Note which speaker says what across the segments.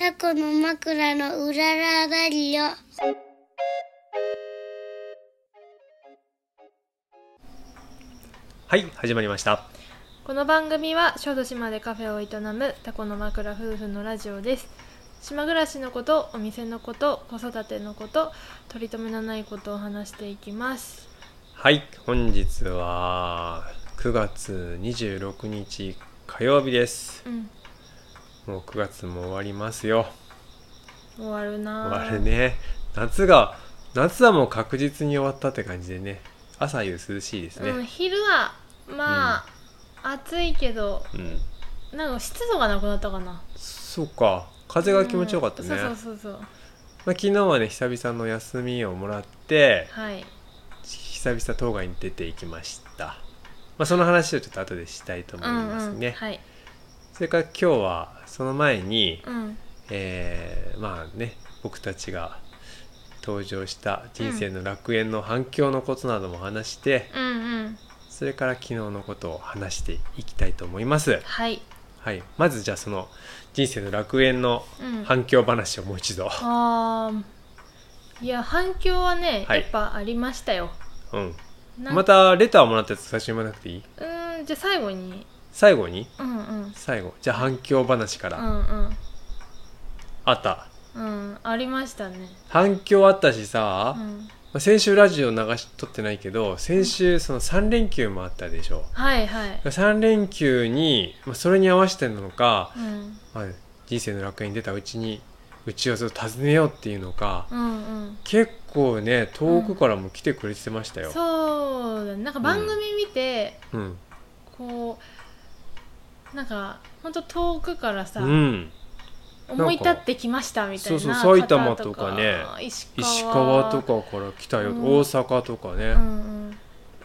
Speaker 1: タコの枕のうららだりよ。
Speaker 2: はい始まりました
Speaker 3: この番組は小豆島でカフェを営むタコの枕夫婦のラジオです島暮らしのことお店のこと子育てのこと取り留めのないことを話していきます
Speaker 2: はい本日は9月26日火曜日です
Speaker 3: うん
Speaker 2: もう9月も終わりますよ
Speaker 3: 終わるな
Speaker 2: 終わるね夏が夏はもう確実に終わったって感じでね朝夕涼しいです
Speaker 3: うん、
Speaker 2: ね
Speaker 3: 昼はまあ、暑いけど
Speaker 2: うん、
Speaker 3: なんか湿度がなくなったかな
Speaker 2: そうか風が気持ちよかったね、
Speaker 3: うん
Speaker 2: まあ、
Speaker 3: そうそうそうそう
Speaker 2: 昨日はね久々の休みをもらって
Speaker 3: はい
Speaker 2: 久々当該に出ていきましたまあその話をちょっと後でしたいと思いますね、
Speaker 3: うんうんはい
Speaker 2: それから今日はその前に、
Speaker 3: うん
Speaker 2: えーまあね僕たちが登場した人生の楽園の反響のことなども話して、
Speaker 3: うんうん
Speaker 2: それから昨日のことを話していきたいと思います、
Speaker 3: はい
Speaker 2: はい、まずじゃあその人生の楽園の
Speaker 3: うん
Speaker 2: 反響話をもう一度、
Speaker 3: あーいや反響はね、
Speaker 2: はい
Speaker 3: やっぱありましたよ
Speaker 2: うん、
Speaker 3: なん
Speaker 2: またレターもらったやつ最初に言わなくていいう
Speaker 3: ーんじゃあ最後に
Speaker 2: 最後に
Speaker 3: うんうん
Speaker 2: 最後じゃあ反響話か
Speaker 3: う
Speaker 2: ら
Speaker 3: ん
Speaker 2: あった、
Speaker 3: うんうんありましたね
Speaker 2: 反響あったしさ、
Speaker 3: う
Speaker 2: ま
Speaker 3: ん
Speaker 2: あ先週ラジオ流し撮ってないけど先週その3連休もあったでしょ、
Speaker 3: はいはい
Speaker 2: 3連休に、まあ、それに合わせてなのか、
Speaker 3: うん
Speaker 2: まあ、人生の楽園に出たうちにうちをずっと訪ねようっていうのか、
Speaker 3: うんうん
Speaker 2: 結構ね遠くからも来てくれてましたよ。
Speaker 3: そうだねなんか番組見て、
Speaker 2: うん
Speaker 3: こうなんかほんと遠くからさ、
Speaker 2: うん、
Speaker 3: 思い立ってきましたみたいな
Speaker 2: そう
Speaker 3: 方
Speaker 2: そう埼玉とかね
Speaker 3: 石川
Speaker 2: 石川とかから来たよ、
Speaker 3: うん
Speaker 2: 大阪とかね
Speaker 3: う、ん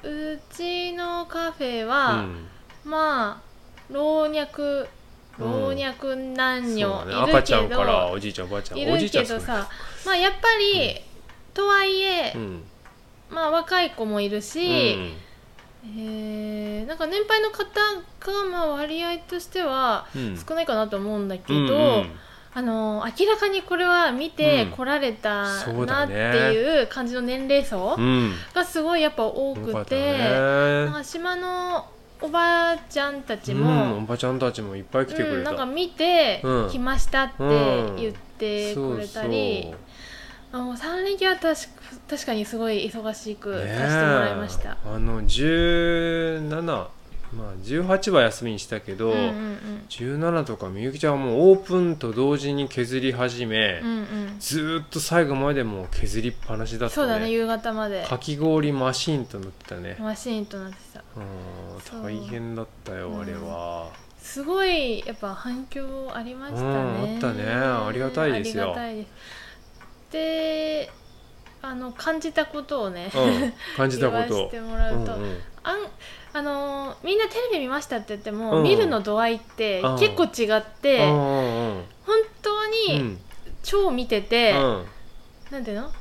Speaker 3: うんうちのカフェ
Speaker 2: う
Speaker 3: は、
Speaker 2: ん
Speaker 3: まあ老若老
Speaker 2: うん
Speaker 3: 若男
Speaker 2: そ
Speaker 3: 女
Speaker 2: うだね
Speaker 3: いる
Speaker 2: 赤ちゃ
Speaker 3: け
Speaker 2: ん
Speaker 3: ど、
Speaker 2: からおじいちゃんおばあちゃん
Speaker 3: い
Speaker 2: おじ
Speaker 3: る
Speaker 2: いちゃ
Speaker 3: け
Speaker 2: ん
Speaker 3: ど
Speaker 2: す
Speaker 3: さまあやっぱり、とはいえ、
Speaker 2: ごいうん
Speaker 3: まあ若い子もいる
Speaker 2: う
Speaker 3: し、
Speaker 2: ん
Speaker 3: えーなんか年配の方がまあ割合としては
Speaker 2: うん
Speaker 3: 少ないかなと思うんだけど、
Speaker 2: うん
Speaker 3: あの明らかにこれは見て来られた
Speaker 2: そう
Speaker 3: な
Speaker 2: だ
Speaker 3: って
Speaker 2: ね
Speaker 3: いう感じの年齢層
Speaker 2: うんうん
Speaker 3: がすごいやっぱ
Speaker 2: よ
Speaker 3: 多
Speaker 2: か
Speaker 3: く
Speaker 2: った
Speaker 3: て、なん
Speaker 2: ね
Speaker 3: か島のおばあちゃんたち
Speaker 2: うん、
Speaker 3: も、
Speaker 2: おばちゃんたちもいっぱい来てく
Speaker 3: う
Speaker 2: れ
Speaker 3: ん、
Speaker 2: た、
Speaker 3: なんか見て
Speaker 2: うん
Speaker 3: 来ましたって言って
Speaker 2: そ
Speaker 3: く
Speaker 2: う
Speaker 3: れ
Speaker 2: そ
Speaker 3: たり、
Speaker 2: う
Speaker 3: あもう3連休は確か確かにすごい忙しく
Speaker 2: ねえ
Speaker 3: させてもらいました、
Speaker 2: あの17まあ18は休みにしたけ
Speaker 3: う
Speaker 2: ど、
Speaker 3: んうんうん
Speaker 2: 17とかみゆきちゃんはもうオープンと同時に削り始め、
Speaker 3: うんうん
Speaker 2: ずーっと最後までもう削りっぱなしだったね
Speaker 3: そうだね夕方まで
Speaker 2: かき氷マシーンとなってたね、
Speaker 3: マシーンとなってた
Speaker 2: うん
Speaker 3: そう
Speaker 2: 大変だったよ
Speaker 3: うん
Speaker 2: あれは、
Speaker 3: すごいやっぱ反響ありましたね、
Speaker 2: うんあったねありがたいですよ
Speaker 3: ありがたいですであの感じたことをね、
Speaker 2: うん感じた
Speaker 3: 言
Speaker 2: こ
Speaker 3: わ
Speaker 2: と
Speaker 3: せてもらうと、
Speaker 2: うんうん
Speaker 3: あんあのーみんなテレビ見ましたって言っても、
Speaker 2: うん
Speaker 3: 見るの度合いって
Speaker 2: うん
Speaker 3: 結構違って、
Speaker 2: うんうん
Speaker 3: 本当
Speaker 2: うん
Speaker 3: に超見てて、
Speaker 2: うんうん
Speaker 3: なんていうの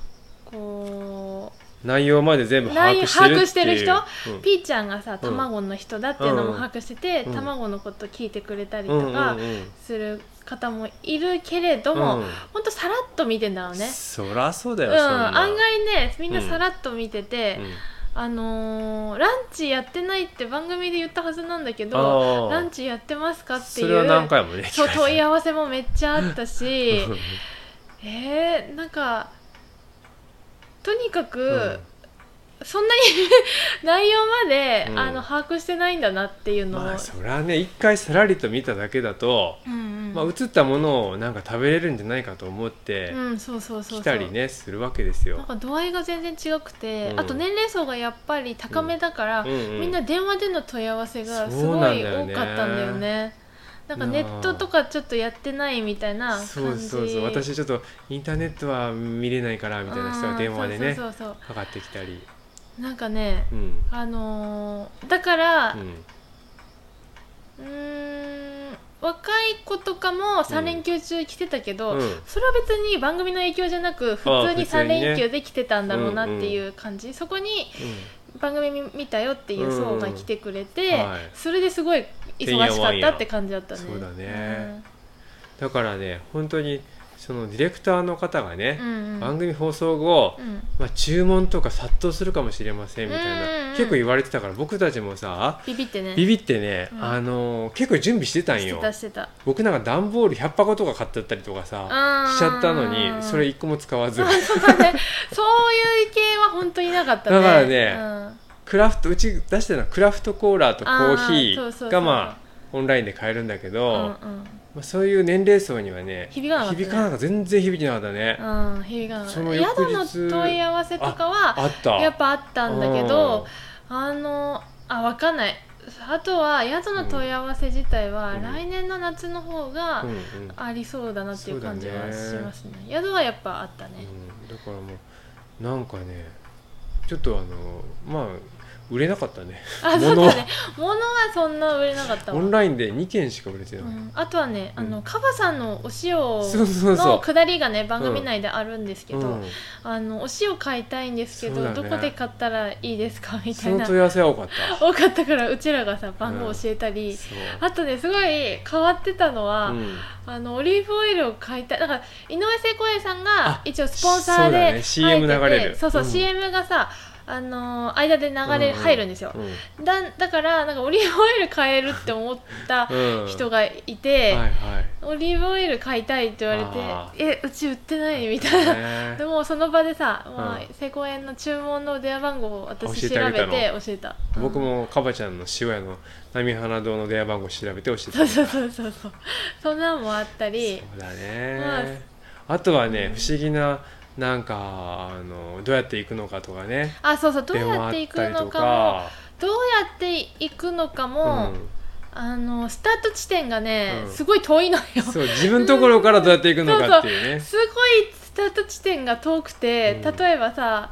Speaker 3: こ
Speaker 2: 内容まで全部把握してるっていう
Speaker 3: 内容把握してる人
Speaker 2: うん
Speaker 3: うピーちゃんがさ
Speaker 2: うん
Speaker 3: 卵の人だっていうのも
Speaker 2: うん
Speaker 3: 把握してて、
Speaker 2: うん
Speaker 3: 卵のこと聞いてくれたり
Speaker 2: うんう
Speaker 3: と
Speaker 2: ん
Speaker 3: か
Speaker 2: うん
Speaker 3: する方もいるけれど
Speaker 2: う
Speaker 3: も、
Speaker 2: ん
Speaker 3: 本当さらっと見てんだろうね。
Speaker 2: そらそうだ
Speaker 3: う
Speaker 2: よ、
Speaker 3: ん、
Speaker 2: そんな
Speaker 3: 案外ねみんなさらっと見てて、あのーランチやってないって番組で言ったはずなんだけ
Speaker 2: うん
Speaker 3: ど
Speaker 2: あー
Speaker 3: ランチやってますかっていう
Speaker 2: それは何回もね
Speaker 3: そう
Speaker 2: 聞か
Speaker 3: 問
Speaker 2: れ
Speaker 3: い
Speaker 2: た
Speaker 3: 合わせもめっちゃあったしえー、なんかとにか
Speaker 2: う
Speaker 3: く
Speaker 2: ん、
Speaker 3: そんなに 内容まで、
Speaker 2: うん
Speaker 3: あの把握してないんだなっていうのを、
Speaker 2: まあそりゃね一回さらりと見ただけだと、
Speaker 3: うんうん
Speaker 2: まあ、映ったものをなんか食べれるんじゃないかと思って
Speaker 3: うん、そうそうそうそう
Speaker 2: 来たりねするわけです
Speaker 3: なん
Speaker 2: よ。
Speaker 3: か度合いが全然違くて、
Speaker 2: うん
Speaker 3: あと年齢層がやっぱり高めだから、
Speaker 2: うんうん
Speaker 3: みんな電話での問い合わせがす
Speaker 2: そう
Speaker 3: ご
Speaker 2: なん
Speaker 3: い
Speaker 2: だよ
Speaker 3: 多
Speaker 2: ね
Speaker 3: かったんだよね。なんかネットとかちょっとやってないみたいな感じ
Speaker 2: そうそうそう私ちょっとインターネットは見れないからみたいな人が電話で
Speaker 3: うん
Speaker 2: ね
Speaker 3: そうそうそ
Speaker 2: か
Speaker 3: う
Speaker 2: かってきたり、
Speaker 3: そうなんかね
Speaker 2: うん
Speaker 3: あのーだから
Speaker 2: う
Speaker 3: うんーん若い子とかも3連休中来てたけど、
Speaker 2: うん
Speaker 3: それは別に番組の影響じゃなく普通に
Speaker 2: 普通
Speaker 3: 3
Speaker 2: にね
Speaker 3: 連休で来てたんだろうなっていう感じ、そこに番組見たよっていう層が来てくれて、
Speaker 2: うんはい
Speaker 3: それですごい忙しかったって感じだったね。
Speaker 2: てんやわんやそうだねだからね本当にそのディレクターの方がね
Speaker 3: う、んうん
Speaker 2: 番組放送後、
Speaker 3: うん
Speaker 2: まあ、注文とか殺到するかもしれませんみたいな、
Speaker 3: うんうんうん
Speaker 2: 結構言われてたから僕たちもさ
Speaker 3: ビビってね
Speaker 2: ビビってね、
Speaker 3: うん
Speaker 2: あのー結構準備してたん
Speaker 3: して
Speaker 2: よ
Speaker 3: たしてた
Speaker 2: 僕なんか段ボール100箱とか買ってったりとか
Speaker 3: あ
Speaker 2: さ
Speaker 3: ー
Speaker 2: しちゃったのにそれ1個も使わず
Speaker 3: そういう意見は本当になかったね
Speaker 2: だからね
Speaker 3: うん
Speaker 2: クラフトうち出してるのはクラフトコーラとコーヒ
Speaker 3: あーそうそうそ
Speaker 2: ー
Speaker 3: う
Speaker 2: がまあオンラインで買えるんだけど、
Speaker 3: うん
Speaker 2: まあ、そういう年齢層にはね
Speaker 3: 響かなかったね
Speaker 2: 響かなかった全然響いてなかったね、
Speaker 3: うんうん響かなかった
Speaker 2: その翌日
Speaker 3: 宿の問い合わせとかは
Speaker 2: あった
Speaker 3: やっぱあったんだけどあのあわかんないあとは宿の問い合わせ自体は
Speaker 2: うん
Speaker 3: 来年の夏の方が
Speaker 2: うんうんうん
Speaker 3: ありそうだなっていう感じは
Speaker 2: そう
Speaker 3: し
Speaker 2: だね
Speaker 3: ますね宿はやっぱあったね
Speaker 2: うんだからもうなんかねちょっとあのまあ売れなかったね
Speaker 3: あそ
Speaker 2: 物
Speaker 3: うだ
Speaker 2: は
Speaker 3: ね物はそんな売れなかったわ
Speaker 2: オンラインで2件しか売れてない、
Speaker 3: うんあとはね、あ
Speaker 2: う
Speaker 3: の
Speaker 2: ん
Speaker 3: カバさんのお塩
Speaker 2: そうそうそ
Speaker 3: の
Speaker 2: う
Speaker 3: くだりがね番組内であるんですけど、
Speaker 2: うん
Speaker 3: あのお塩買いたいんですけ
Speaker 2: そう
Speaker 3: ど、
Speaker 2: だね
Speaker 3: どこで買ったらいいですかみた
Speaker 2: そ
Speaker 3: い
Speaker 2: の
Speaker 3: な
Speaker 2: 問い合わせは多かった
Speaker 3: 多かったからうちらがさ番号教えたり、
Speaker 2: そ
Speaker 3: あとねすごい変わってたのは、
Speaker 2: う、うん、
Speaker 3: あのオリーブオイルを買いたいだから井上聖子栄さんが
Speaker 2: あ
Speaker 3: 一応スポンサー
Speaker 2: そうだね
Speaker 3: で入ってて
Speaker 2: CM 流れる
Speaker 3: そうそう、
Speaker 2: うん
Speaker 3: CM がさあのー間で流れ、
Speaker 2: うんうん
Speaker 3: 入るんですよ、
Speaker 2: う
Speaker 3: だだからなんかオリーブオイル買えるって思った
Speaker 2: んうん、
Speaker 3: 人
Speaker 2: が
Speaker 3: がいて、
Speaker 2: はいはい
Speaker 3: オリーブオイル買いたいって言わ
Speaker 2: あ
Speaker 3: れて「えうち売ってない?」みたいな、
Speaker 2: ね
Speaker 3: でもその場でさ、まあ
Speaker 2: うん、
Speaker 3: 成功園の注文の電話番号を私
Speaker 2: 教
Speaker 3: 調
Speaker 2: えてあ
Speaker 3: べて
Speaker 2: げたの
Speaker 3: 教えたうん
Speaker 2: 僕もカバちゃんの塩屋の波花堂の電話番号調べて教えて
Speaker 3: そう
Speaker 2: た
Speaker 3: そうそうそうそうそんなんもあったり
Speaker 2: そうだね、
Speaker 3: ま
Speaker 2: あ、とはね、不思議ななんかあのどうやって行くのかとかね
Speaker 3: あそうそうどう
Speaker 2: 電話
Speaker 3: や
Speaker 2: あ
Speaker 3: っ
Speaker 2: って
Speaker 3: 行
Speaker 2: た
Speaker 3: く
Speaker 2: りと
Speaker 3: のかも
Speaker 2: か
Speaker 3: どうやって行くのかも、あのスタート地点がね、
Speaker 2: うん
Speaker 3: すごい遠いのよ
Speaker 2: うん、そう自分のところからどうやって行くのかっていうね
Speaker 3: すごいスタート地点が遠くて、
Speaker 2: うん
Speaker 3: 例えばさ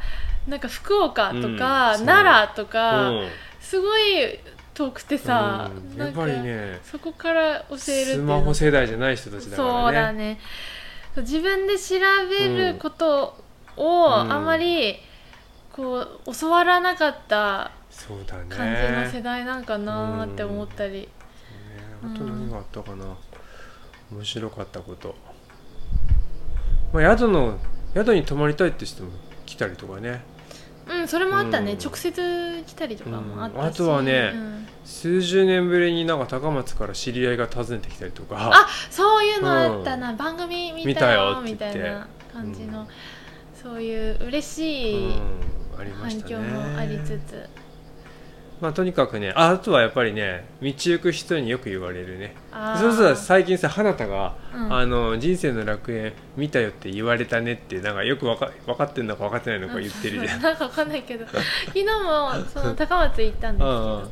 Speaker 3: なんか福岡とか、
Speaker 2: うんそう
Speaker 3: 奈良とか、
Speaker 2: うん
Speaker 3: すごい遠くてさ、
Speaker 2: うん
Speaker 3: な
Speaker 2: や
Speaker 3: ん
Speaker 2: っ
Speaker 3: か
Speaker 2: ぱりね
Speaker 3: そこから教えるってい
Speaker 2: ス
Speaker 3: うの
Speaker 2: マホ世代じゃない人たちだからね
Speaker 3: そうだねそう自分で調べることを
Speaker 2: うん
Speaker 3: あまりこう教わらなかった
Speaker 2: そうだね
Speaker 3: 感じの世代なんかなーって思ったり、
Speaker 2: ねあと何があったかな、面白かったこと、まあ、宿の宿に泊まりたいって人も来たりとかね
Speaker 3: うんそれもあったね、
Speaker 2: うん
Speaker 3: 直接来たりとかもあったし、
Speaker 2: うんあとはね
Speaker 3: うん
Speaker 2: 数十年ぶりになんか高松から知り合いが訪ねてきたりとか
Speaker 3: あそういうのあったな、番組見
Speaker 2: 見
Speaker 3: た
Speaker 2: た
Speaker 3: よ
Speaker 2: よって言
Speaker 3: み
Speaker 2: ったて
Speaker 3: いな感じの、
Speaker 2: うん
Speaker 3: そういう嬉
Speaker 2: う
Speaker 3: しい
Speaker 2: ん、ありま
Speaker 3: 反
Speaker 2: したね
Speaker 3: 響もありつつ、
Speaker 2: まあとにかくねああとはやっぱりね道行く人によく言われるね
Speaker 3: あー
Speaker 2: そうそう最近さ花田が、
Speaker 3: うん
Speaker 2: あの「人生の楽園見たよって言われたね」ってなんかよくわか分かってんのか分かってないのか言ってる じゃん。
Speaker 3: なんかわかんないけど昨日もその高松行ったんですけ
Speaker 2: うんうん
Speaker 3: ど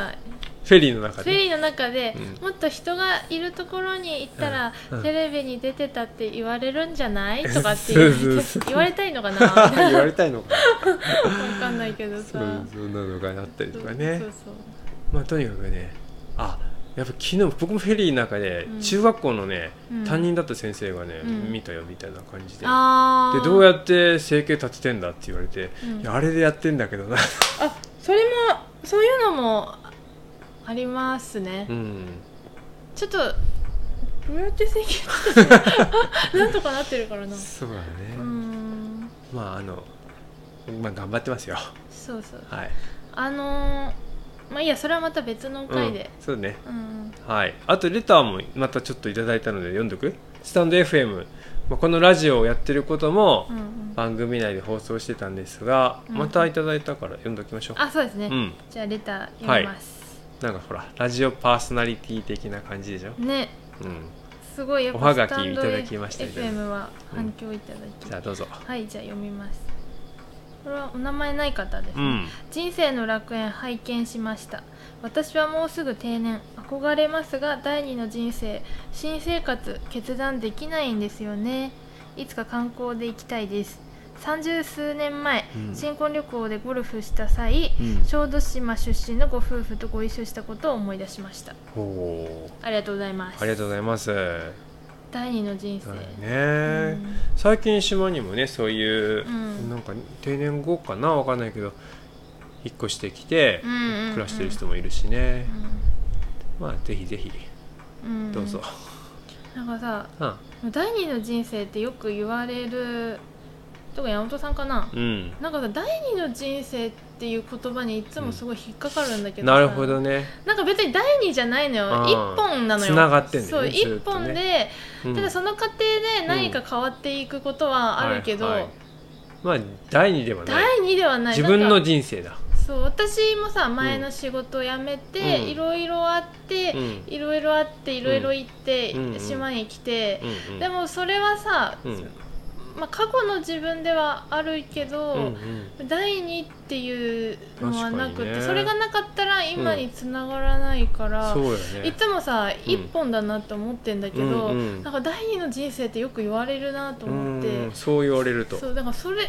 Speaker 3: なんか
Speaker 2: フェリーの中
Speaker 3: フェ
Speaker 2: で、
Speaker 3: リーの中で
Speaker 2: うん
Speaker 3: もっと人がいるところに行ったら
Speaker 2: うん
Speaker 3: テレビに出てたって言われるんじゃないとかって
Speaker 2: そう
Speaker 3: 言
Speaker 2: そううそう
Speaker 3: 言われたいのかなわ
Speaker 2: 言われたいのか
Speaker 3: かんないけど
Speaker 2: そ
Speaker 3: さ
Speaker 2: うそんなのがあったりとかね
Speaker 3: そうそう
Speaker 2: まあとにかくねあやっぱ昨日僕もフェリーの中で
Speaker 3: うん
Speaker 2: 中学校のね、
Speaker 3: うん
Speaker 2: 担任だった先生がね、
Speaker 3: うん
Speaker 2: 見たよみたいな感じで
Speaker 3: あ
Speaker 2: で
Speaker 3: ー
Speaker 2: どうやって整形立ててんだって言われて、
Speaker 3: うん
Speaker 2: いやあれでやってんだけどな
Speaker 3: あそれもそういうのもありますね
Speaker 2: うん
Speaker 3: ちょっとどうやって整形してたのなんと かなって るからなう
Speaker 2: そうだね、
Speaker 3: ーん
Speaker 2: まああのまあ頑張ってますよ
Speaker 3: そうそう
Speaker 2: はい
Speaker 3: あのー、まあいいやそれはまた別の回で、
Speaker 2: うん、そうね
Speaker 3: うん
Speaker 2: はいあとレターもまたちょっといただいたので読んどくスタンド FM、まあ、このラジオをやってることも
Speaker 3: うんうん、
Speaker 2: 番組内で放送してたんですが、
Speaker 3: うん
Speaker 2: またいただいたから読んどきましょう
Speaker 3: あそうですね、
Speaker 2: うん
Speaker 3: じゃあレター読みます、
Speaker 2: なんかほらラジオパーソナリティ的な感じでしょ、
Speaker 3: ね
Speaker 2: うん、
Speaker 3: すごいやっ
Speaker 2: おは
Speaker 3: ぱ
Speaker 2: が
Speaker 3: ス
Speaker 2: き
Speaker 3: タンド
Speaker 2: いただきました
Speaker 3: FM は反響いただき、
Speaker 2: じゃあどうぞ
Speaker 3: はいじゃあ読みますこれはお名前ない方です
Speaker 2: う
Speaker 3: ね、
Speaker 2: ん
Speaker 3: 人生の楽園拝見しました私はもうすぐ定年憧れますが第二の人生新生活決断できないんですよねいつか観光で行きたいです三十数年前、
Speaker 2: うん
Speaker 3: 新婚旅行でゴルフした際、
Speaker 2: うん
Speaker 3: 小豆島出身のご夫婦とご一緒したことを思い出しました
Speaker 2: おお
Speaker 3: ありがとうございます
Speaker 2: ありがとうございますだ
Speaker 3: 第二の人生、
Speaker 2: よね、
Speaker 3: うん
Speaker 2: 最近島にもねそういう、
Speaker 3: うん
Speaker 2: なんか定年後かなわかんないけど引っ越してきて
Speaker 3: うんうんうん
Speaker 2: 暮らしてる人もいるしね、まあぜひぜひ
Speaker 3: うん
Speaker 2: どうぞ、
Speaker 3: なんかさ
Speaker 2: あ
Speaker 3: 第二の人生ってよく言われる特に山本さんかな、
Speaker 2: うん
Speaker 3: なんかさ第二の人生っていう言葉にいつもすごい引っかかるんだけどさ
Speaker 2: なるほどね
Speaker 3: なんか別に第二じゃないのよ
Speaker 2: あー
Speaker 3: 一本なのよ
Speaker 2: 繋がってんだよねず
Speaker 3: そう一
Speaker 2: っと
Speaker 3: 本
Speaker 2: ね
Speaker 3: で、
Speaker 2: うん
Speaker 3: ただその過程で何か変わっていくことはあるけど、
Speaker 2: はいはいまあ第二ではない
Speaker 3: 第二ではない
Speaker 2: 自分
Speaker 3: な
Speaker 2: の
Speaker 3: んか
Speaker 2: 人生だ、
Speaker 3: そう私もさ前の仕事を辞めて、
Speaker 2: うん
Speaker 3: いろいろあって、
Speaker 2: うん
Speaker 3: いろいろあっていろいろ行って、
Speaker 2: うん
Speaker 3: 島に来て、
Speaker 2: うんうん
Speaker 3: でもそれはさ、
Speaker 2: うん
Speaker 3: まあ、過去の自分ではあるけど、
Speaker 2: うんうん
Speaker 3: 第二っていうのはなく
Speaker 2: 確か
Speaker 3: て、
Speaker 2: にね
Speaker 3: それがなかったら今につながらないから、
Speaker 2: そう
Speaker 3: い
Speaker 2: やね
Speaker 3: つもさ
Speaker 2: うん
Speaker 3: 一本だなと思ってんだけど、
Speaker 2: うんうん
Speaker 3: なんか第二の人生ってよく言われるなと思って、
Speaker 2: うんそう言われると
Speaker 3: そうだからそれ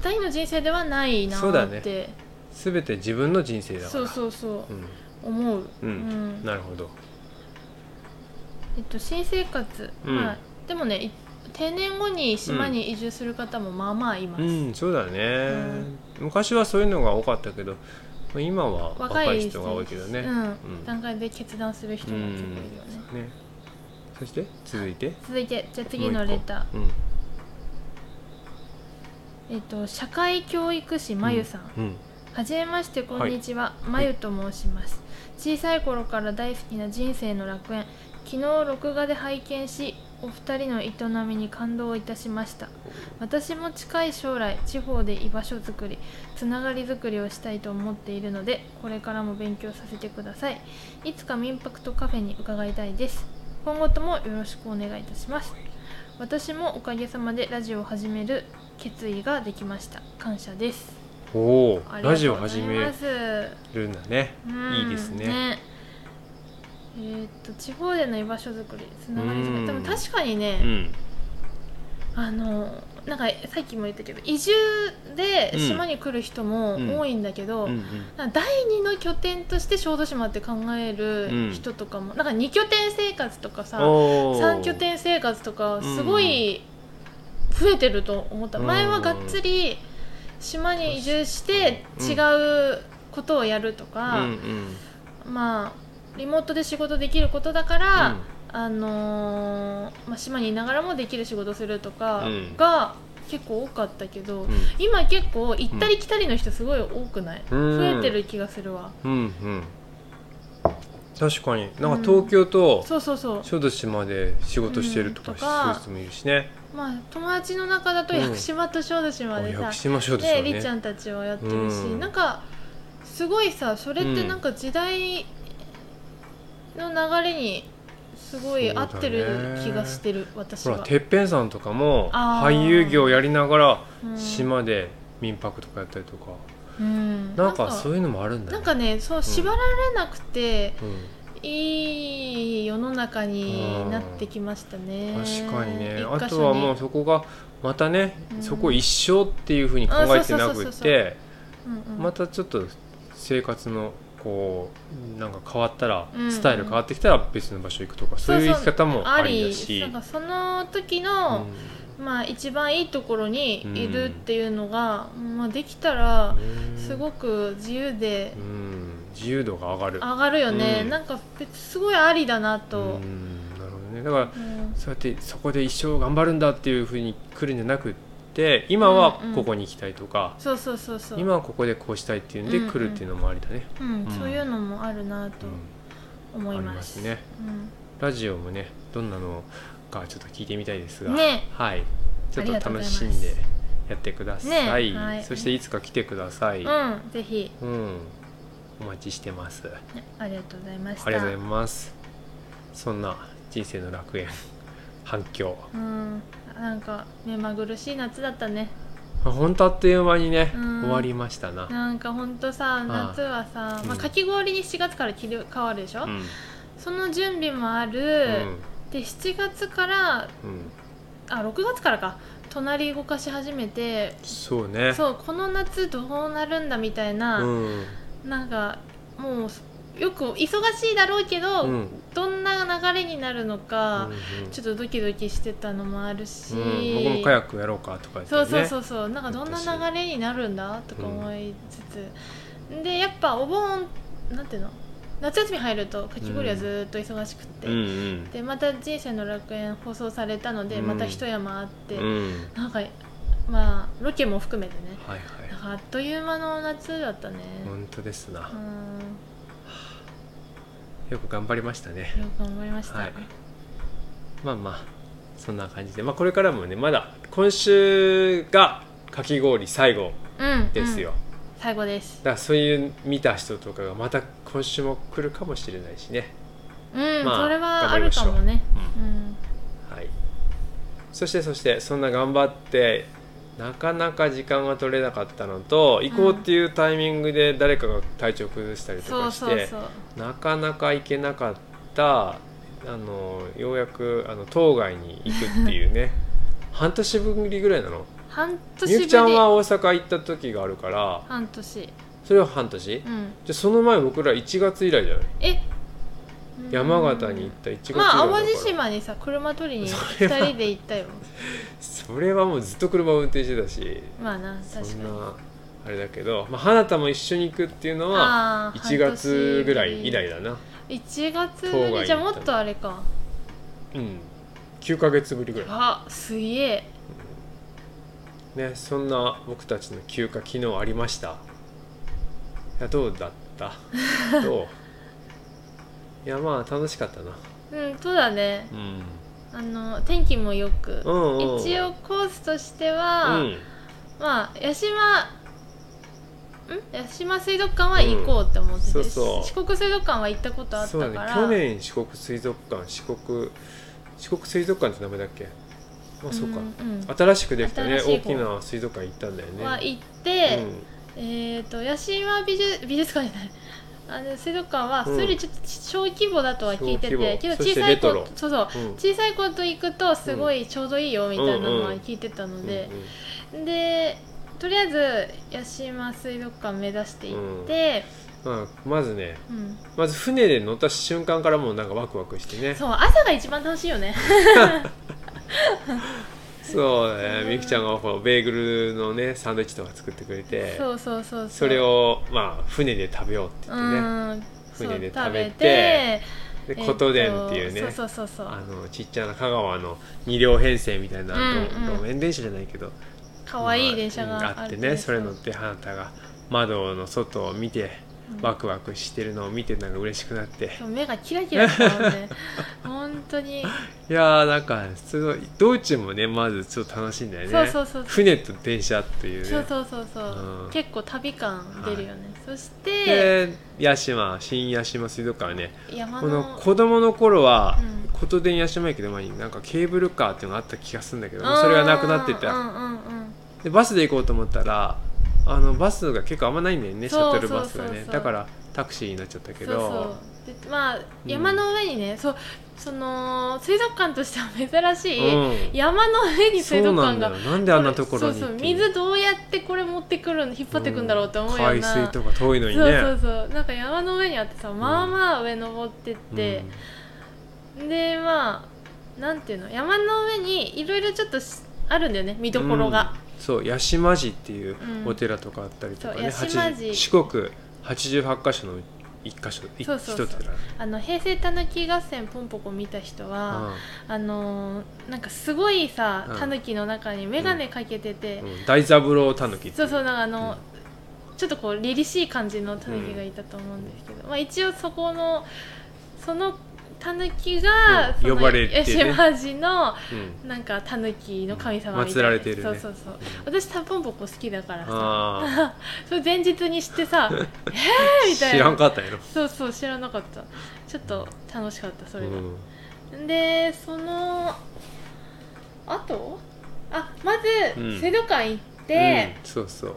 Speaker 3: 第二の人生ではないな
Speaker 2: そうだ
Speaker 3: っ
Speaker 2: ね
Speaker 3: て、
Speaker 2: 全て自分の人生だか
Speaker 3: そう
Speaker 2: ら
Speaker 3: そうそう
Speaker 2: うん
Speaker 3: 思う、
Speaker 2: うん
Speaker 3: うん
Speaker 2: なるほど
Speaker 3: えっと、新生活、
Speaker 2: うん
Speaker 3: まあ、でもねい定年後に島に移住する方もまあまあいます、
Speaker 2: うんそうだね、昔はそういうのが多かったけど今は
Speaker 3: 若い
Speaker 2: 若い人が多いけどね、
Speaker 3: うん
Speaker 2: うん
Speaker 3: 段階で決断する人が結構いるよね、
Speaker 2: ねそして続いて
Speaker 3: 続いてじゃあ次のレター
Speaker 2: もう一
Speaker 3: えっと、社会教育士
Speaker 2: 個
Speaker 3: まゆさん、
Speaker 2: うん、うん
Speaker 3: はじめましてこんにちは、まゆと申します小さい頃から大好きな人生の楽園昨日録画で拝見しお二人の営みに感動いたしました私も近い将来地方で居場所づくりつながりづくりをしたいと思っているのでこれからも勉強させてくださいいつか民泊とカフェに伺いたいです今後ともよろしくお願いいたします私もおかげさまでラジオを始める決意ができました感謝です
Speaker 2: おお
Speaker 3: ありが
Speaker 2: ラジ
Speaker 3: と
Speaker 2: オ
Speaker 3: うござ
Speaker 2: 始
Speaker 3: い
Speaker 2: め
Speaker 3: ます
Speaker 2: るんだね
Speaker 3: うん
Speaker 2: いいですね
Speaker 3: えーっと地方での居場所づくりつながりづく
Speaker 2: う
Speaker 3: り
Speaker 2: ん
Speaker 3: でも確かに
Speaker 2: う
Speaker 3: ね、
Speaker 2: ん
Speaker 3: あのなんかさっきも言ったけど移住で島に来る人も多いんだけど、
Speaker 2: うん
Speaker 3: なんか第二の拠点として小豆島って考える人とかも、なんか二拠点生活とか
Speaker 2: うん
Speaker 3: さ
Speaker 2: おー
Speaker 3: 三拠点生活とかすごい増えてると思った、
Speaker 2: うん
Speaker 3: 前はがっつり島に移住して違
Speaker 2: 確
Speaker 3: うことをやると
Speaker 2: う
Speaker 3: か、
Speaker 2: んうん
Speaker 3: まあリモートで仕事できることだから、
Speaker 2: うん
Speaker 3: あのーまあ、島にいながらもできる仕事するとか
Speaker 2: うん
Speaker 3: が結構多かったけど、
Speaker 2: うん
Speaker 3: 今結構行ったり来たりの人すごい多くない、
Speaker 2: うん
Speaker 3: 増えてる気がするわ
Speaker 2: うんうん確かになんか東京と
Speaker 3: そうそうそう
Speaker 2: 小豆島で仕事してると
Speaker 3: う
Speaker 2: か
Speaker 3: ん
Speaker 2: す
Speaker 3: とか
Speaker 2: る人もいるしね、
Speaker 3: まあ友達の中だと
Speaker 2: うん
Speaker 3: 屋久島と小豆島
Speaker 2: お
Speaker 3: でさ
Speaker 2: 屋久、島小豆島
Speaker 3: で
Speaker 2: ね
Speaker 3: りっちゃんたちはやってるし、
Speaker 2: うん
Speaker 3: なんかすごいさそれってなんか時代の流れにすごい合ってる気がしてる、私
Speaker 2: ほら
Speaker 3: は。
Speaker 2: てっぺんさんとかも
Speaker 3: あー
Speaker 2: 俳優業やりながら
Speaker 3: うん
Speaker 2: 島で民泊とかやったりとか、
Speaker 3: うん
Speaker 2: なんかそういうのもあるんだ
Speaker 3: なん
Speaker 2: ね
Speaker 3: かねそう縛られなくて
Speaker 2: う
Speaker 3: いい世の中になってきました
Speaker 2: ん、
Speaker 3: ね、
Speaker 2: 確かにね
Speaker 3: 一
Speaker 2: あ
Speaker 3: 箇所
Speaker 2: とはもうそこがまたね、
Speaker 3: うん
Speaker 2: そこ一生っていうふうに考えてな
Speaker 3: あそうそうそ
Speaker 2: く
Speaker 3: うそう
Speaker 2: て
Speaker 3: うんうん
Speaker 2: またちょっと生活のこうなんか変わったら、
Speaker 3: うん
Speaker 2: スタイル変わってきたら別の場所行くとかそういう生き方もありだし
Speaker 3: なんかその時の、まあ一番いいところにいるっていうのが、まあ、できたらす
Speaker 2: く、
Speaker 3: ごく自由で
Speaker 2: うん、自由度が上がる
Speaker 3: 上がるよね、
Speaker 2: うん
Speaker 3: なんか別すごいありだなと
Speaker 2: う、んなるほどねだから
Speaker 3: うん
Speaker 2: そうやってそこで一生頑張るんだっていうふうに来るんじゃなくって今は
Speaker 3: うんうん
Speaker 2: ここに行きたいとか、
Speaker 3: そうそうそうそう、
Speaker 2: 今はここでこうしたいっていうん
Speaker 3: うんう
Speaker 2: で
Speaker 3: ん
Speaker 2: 来るっていうのもありだね、
Speaker 3: うん
Speaker 2: うん
Speaker 3: そういうのもあるなと思
Speaker 2: うん
Speaker 3: い
Speaker 2: あり
Speaker 3: ま,、
Speaker 2: ますすねラジオもねどんなのかちょっと聞いてみたいです
Speaker 3: う
Speaker 2: が、
Speaker 3: ん、ね
Speaker 2: はいちょっ
Speaker 3: ありがと
Speaker 2: と
Speaker 3: うご
Speaker 2: 楽
Speaker 3: ざいます
Speaker 2: しんでやってください、
Speaker 3: ねはい
Speaker 2: そしていつか来てください、
Speaker 3: うん、ぜひ、
Speaker 2: うんお待ちしてますあ
Speaker 3: ねありがとうございました。
Speaker 2: りがとうございますそんな人生の楽園反響
Speaker 3: うん、なんか目まぐるしい夏だったね。
Speaker 2: あほんとあっという間にね、
Speaker 3: うん
Speaker 2: 終わりましたな、
Speaker 3: なんかほんとさ、夏はさ、
Speaker 2: う
Speaker 3: まあ、
Speaker 2: ん
Speaker 3: かき氷に4月から切り変わるでしょ、
Speaker 2: うん
Speaker 3: その準備もある、で7月から
Speaker 2: うんうん、
Speaker 3: あ6月からか隣動かし始めて
Speaker 2: そうね
Speaker 3: そうこの夏どうなるんだみたいな、
Speaker 2: うん
Speaker 3: なんかもうよく忙しいだろうけど、
Speaker 2: うん
Speaker 3: どんな流れになるのか、
Speaker 2: うんうん
Speaker 3: ちょっとドキドキしてたのもあるし、
Speaker 2: うん、僕もカヤックやろうかとか言って、
Speaker 3: そう
Speaker 2: ね、
Speaker 3: そうそううそうなんかどんな流れになるんだとか思いつつ、でやっぱお盆なんていうの夏休み入るとかき氷はずーっと忙しくって、
Speaker 2: うんうん
Speaker 3: でまた「人生の楽園」放送されたので、
Speaker 2: うん
Speaker 3: また一山あって、
Speaker 2: うん
Speaker 3: なんかまあロケも含めてね
Speaker 2: はいはい
Speaker 3: なんかあっという間の夏だったね、
Speaker 2: 本当ですな
Speaker 3: うん
Speaker 2: よく頑張りましたね
Speaker 3: よく頑張りました、
Speaker 2: はいまあまあそんな感じでまあこれからもねまだ今週がかき氷最後
Speaker 3: うん
Speaker 2: ですよ、
Speaker 3: うん最後です
Speaker 2: だからそういう見た人とかがまた今週も来るかもしれないしね
Speaker 3: うん、
Speaker 2: まあ
Speaker 3: それはあるかもね
Speaker 2: 頑張りまし
Speaker 3: う
Speaker 2: ょ
Speaker 3: ん
Speaker 2: はいそしてそしてそんな頑張ってなかなか時間が取れなかったのと移行っていうタイミングで誰かが体調崩したりと
Speaker 3: そ
Speaker 2: か
Speaker 3: う
Speaker 2: して、
Speaker 3: そうそう
Speaker 2: なかなか行けなかったあのようやくあの当該に行くっていう ね半年ぶりぐらいなの
Speaker 3: 半
Speaker 2: みゆ
Speaker 3: 年
Speaker 2: きちゃ
Speaker 3: ぶ
Speaker 2: ん
Speaker 3: り
Speaker 2: は大阪行った時があるから
Speaker 3: 半年
Speaker 2: それは半年、じゃ
Speaker 3: うん
Speaker 2: あその前僕ら1月以来じゃない
Speaker 3: え
Speaker 2: 山形に行った1月以来だ
Speaker 3: ま
Speaker 2: か
Speaker 3: あ
Speaker 2: ら
Speaker 3: 淡路島にさ車取りに
Speaker 2: それは
Speaker 3: 2人で行ったよ
Speaker 2: それはもうずっと車を運転してたし
Speaker 3: まあな
Speaker 2: そ
Speaker 3: 確
Speaker 2: ん
Speaker 3: かに
Speaker 2: なあれだけど、まあ、花田も一緒に行くっていうのは
Speaker 3: あー
Speaker 2: 1月ぐらい以来だな
Speaker 3: 1
Speaker 2: 当該に行っ
Speaker 3: 月
Speaker 2: た
Speaker 3: ぶりじゃあもっとあれか
Speaker 2: うん9ヶ月ぶりぐらい
Speaker 3: あすげえ
Speaker 2: ねそんな僕たちの休暇昨日ありましたいやどうだった どういやまあ楽しかったな、
Speaker 3: うんそうだね
Speaker 2: うん、
Speaker 3: あの天気もよく
Speaker 2: うんうん
Speaker 3: 一応コースとして
Speaker 2: う
Speaker 3: は、
Speaker 2: ん
Speaker 3: まあ八島ん八島水族館は行こうって思ってて、
Speaker 2: うんそうそう
Speaker 3: 四国水族館は行ったことあった
Speaker 2: そ
Speaker 3: か
Speaker 2: う
Speaker 3: ら
Speaker 2: だね去年四国水族館四国四国水族館って名前だっけまあそうか、
Speaker 3: んうん
Speaker 2: 新しくできたね
Speaker 3: 新し
Speaker 2: 大
Speaker 3: い方
Speaker 2: きな水族館行ったんだよね
Speaker 3: は行って、
Speaker 2: うん
Speaker 3: えっ、と八島美術美術館じゃないあの水族館は
Speaker 2: うん
Speaker 3: それよりちょっと小規模だとは聞いてて、
Speaker 2: 小規模
Speaker 3: けど
Speaker 2: そして
Speaker 3: 小さい子
Speaker 2: レトロ
Speaker 3: そうそう
Speaker 2: うん
Speaker 3: 小さい子と行くとすごいちょうどいいよみたいなのは聞いてたので、でとりあえず八島水族館目指して行って、
Speaker 2: うんうんまあ、まずね
Speaker 3: うん
Speaker 2: まず船で乗った瞬間からもうなんかワクワクしてね
Speaker 3: そう朝が一番楽しいよね
Speaker 2: そうね
Speaker 3: うん
Speaker 2: みゆきちゃんがこうベーグルのねサンドイッチとか作ってくれて
Speaker 3: そうそうそうそう
Speaker 2: それをまあ船で食べようって言
Speaker 3: う
Speaker 2: ってね
Speaker 3: んそう
Speaker 2: 船で
Speaker 3: 食
Speaker 2: 食べて
Speaker 3: べて
Speaker 2: で
Speaker 3: えっと
Speaker 2: 琴電っていうね、
Speaker 3: そうそうそうそ
Speaker 2: あ
Speaker 3: う
Speaker 2: のちっちゃな香川の二両編成みたいな、
Speaker 3: うんうん
Speaker 2: 路路面電車じゃないけど
Speaker 3: かわいい電車
Speaker 2: まあ
Speaker 3: が
Speaker 2: あ
Speaker 3: あ
Speaker 2: っ
Speaker 3: ってて
Speaker 2: ねそれ乗って花田が窓の外を見て
Speaker 3: うん
Speaker 2: ワクワクしてるのを見てなんか嬉しくなって、
Speaker 3: そう目がキラキラしてたもんね 本当に
Speaker 2: いやーなんかすごい道中もねまずちょっと楽しいんだよね
Speaker 3: そうそうそう
Speaker 2: 船と電車っていうね
Speaker 3: そうそうそうそう、
Speaker 2: うん
Speaker 3: 結構旅感出るよね、そして
Speaker 2: で八島新八島水族館はね
Speaker 3: 山
Speaker 2: こ
Speaker 3: の
Speaker 2: の子供の頃は
Speaker 3: うん
Speaker 2: 琴電八島駅の前になんかケーブルカーっていうのがあった気がするんだけど
Speaker 3: うん
Speaker 2: それがなくなって
Speaker 3: う
Speaker 2: た
Speaker 3: んうんうん
Speaker 2: でバスで行こうと思ったらあのバスが結構あんまないんだよねシャ
Speaker 3: そう
Speaker 2: トルバスが
Speaker 3: そうそう
Speaker 2: ね
Speaker 3: そう
Speaker 2: だからタクシーになっちゃったけ
Speaker 3: そう
Speaker 2: ど
Speaker 3: そうでまあ山の上にね、そうその水族館としては珍しい、
Speaker 2: うん
Speaker 3: 山の上に水
Speaker 2: そう
Speaker 3: 族
Speaker 2: な
Speaker 3: 館
Speaker 2: ん
Speaker 3: が
Speaker 2: だよなんであんなところに
Speaker 3: そ
Speaker 2: っ
Speaker 3: うそう
Speaker 2: ていう
Speaker 3: 水どうやってこれ持ってくるの引っ張ってくんだろうって思うよう
Speaker 2: 海
Speaker 3: な、
Speaker 2: 水とか遠いのにね
Speaker 3: そうそうそうなんか山の上にあってさまあまあ上登ってって、でまあなんていうの山の上にいろいろちょっとしあるんだよね見どころが、
Speaker 2: うんそう八島寺っていう
Speaker 3: うん
Speaker 2: お寺とかあったりとか
Speaker 3: そう
Speaker 2: ね、
Speaker 3: 八島
Speaker 2: 八
Speaker 3: 寺
Speaker 2: 四国88箇所の一箇所一
Speaker 3: そうそうそう
Speaker 2: 一寺
Speaker 3: あの平成たぬき合戦ポンポコ見た人は、あのーなんかすごいさ
Speaker 2: うん
Speaker 3: たぬきの中に眼鏡かけてて、
Speaker 2: うんうん大三郎たぬき
Speaker 3: そうそうなんかあの、ちょっとこう凛々しい感じのたぬきがいたと思うんですけど、まあ一応そこのそのたぬきが、
Speaker 2: うん
Speaker 3: その
Speaker 2: 呼ばれてね
Speaker 3: 吉島寺の
Speaker 2: うん
Speaker 3: なんかたぬきの神様みたいな、
Speaker 2: うん祀られてるね
Speaker 3: そうそうそう私たぽんぽこ好きだからさ
Speaker 2: あ
Speaker 3: それ前日に知っ てさえー
Speaker 2: ー
Speaker 3: みたいな
Speaker 2: 知らんかったんやろ
Speaker 3: そうそう知らなかったちょっと楽しかったそれ
Speaker 2: う
Speaker 3: が、
Speaker 2: ん
Speaker 3: でそのあとあまず
Speaker 2: うん
Speaker 3: 水族館行って、
Speaker 2: うんそうそう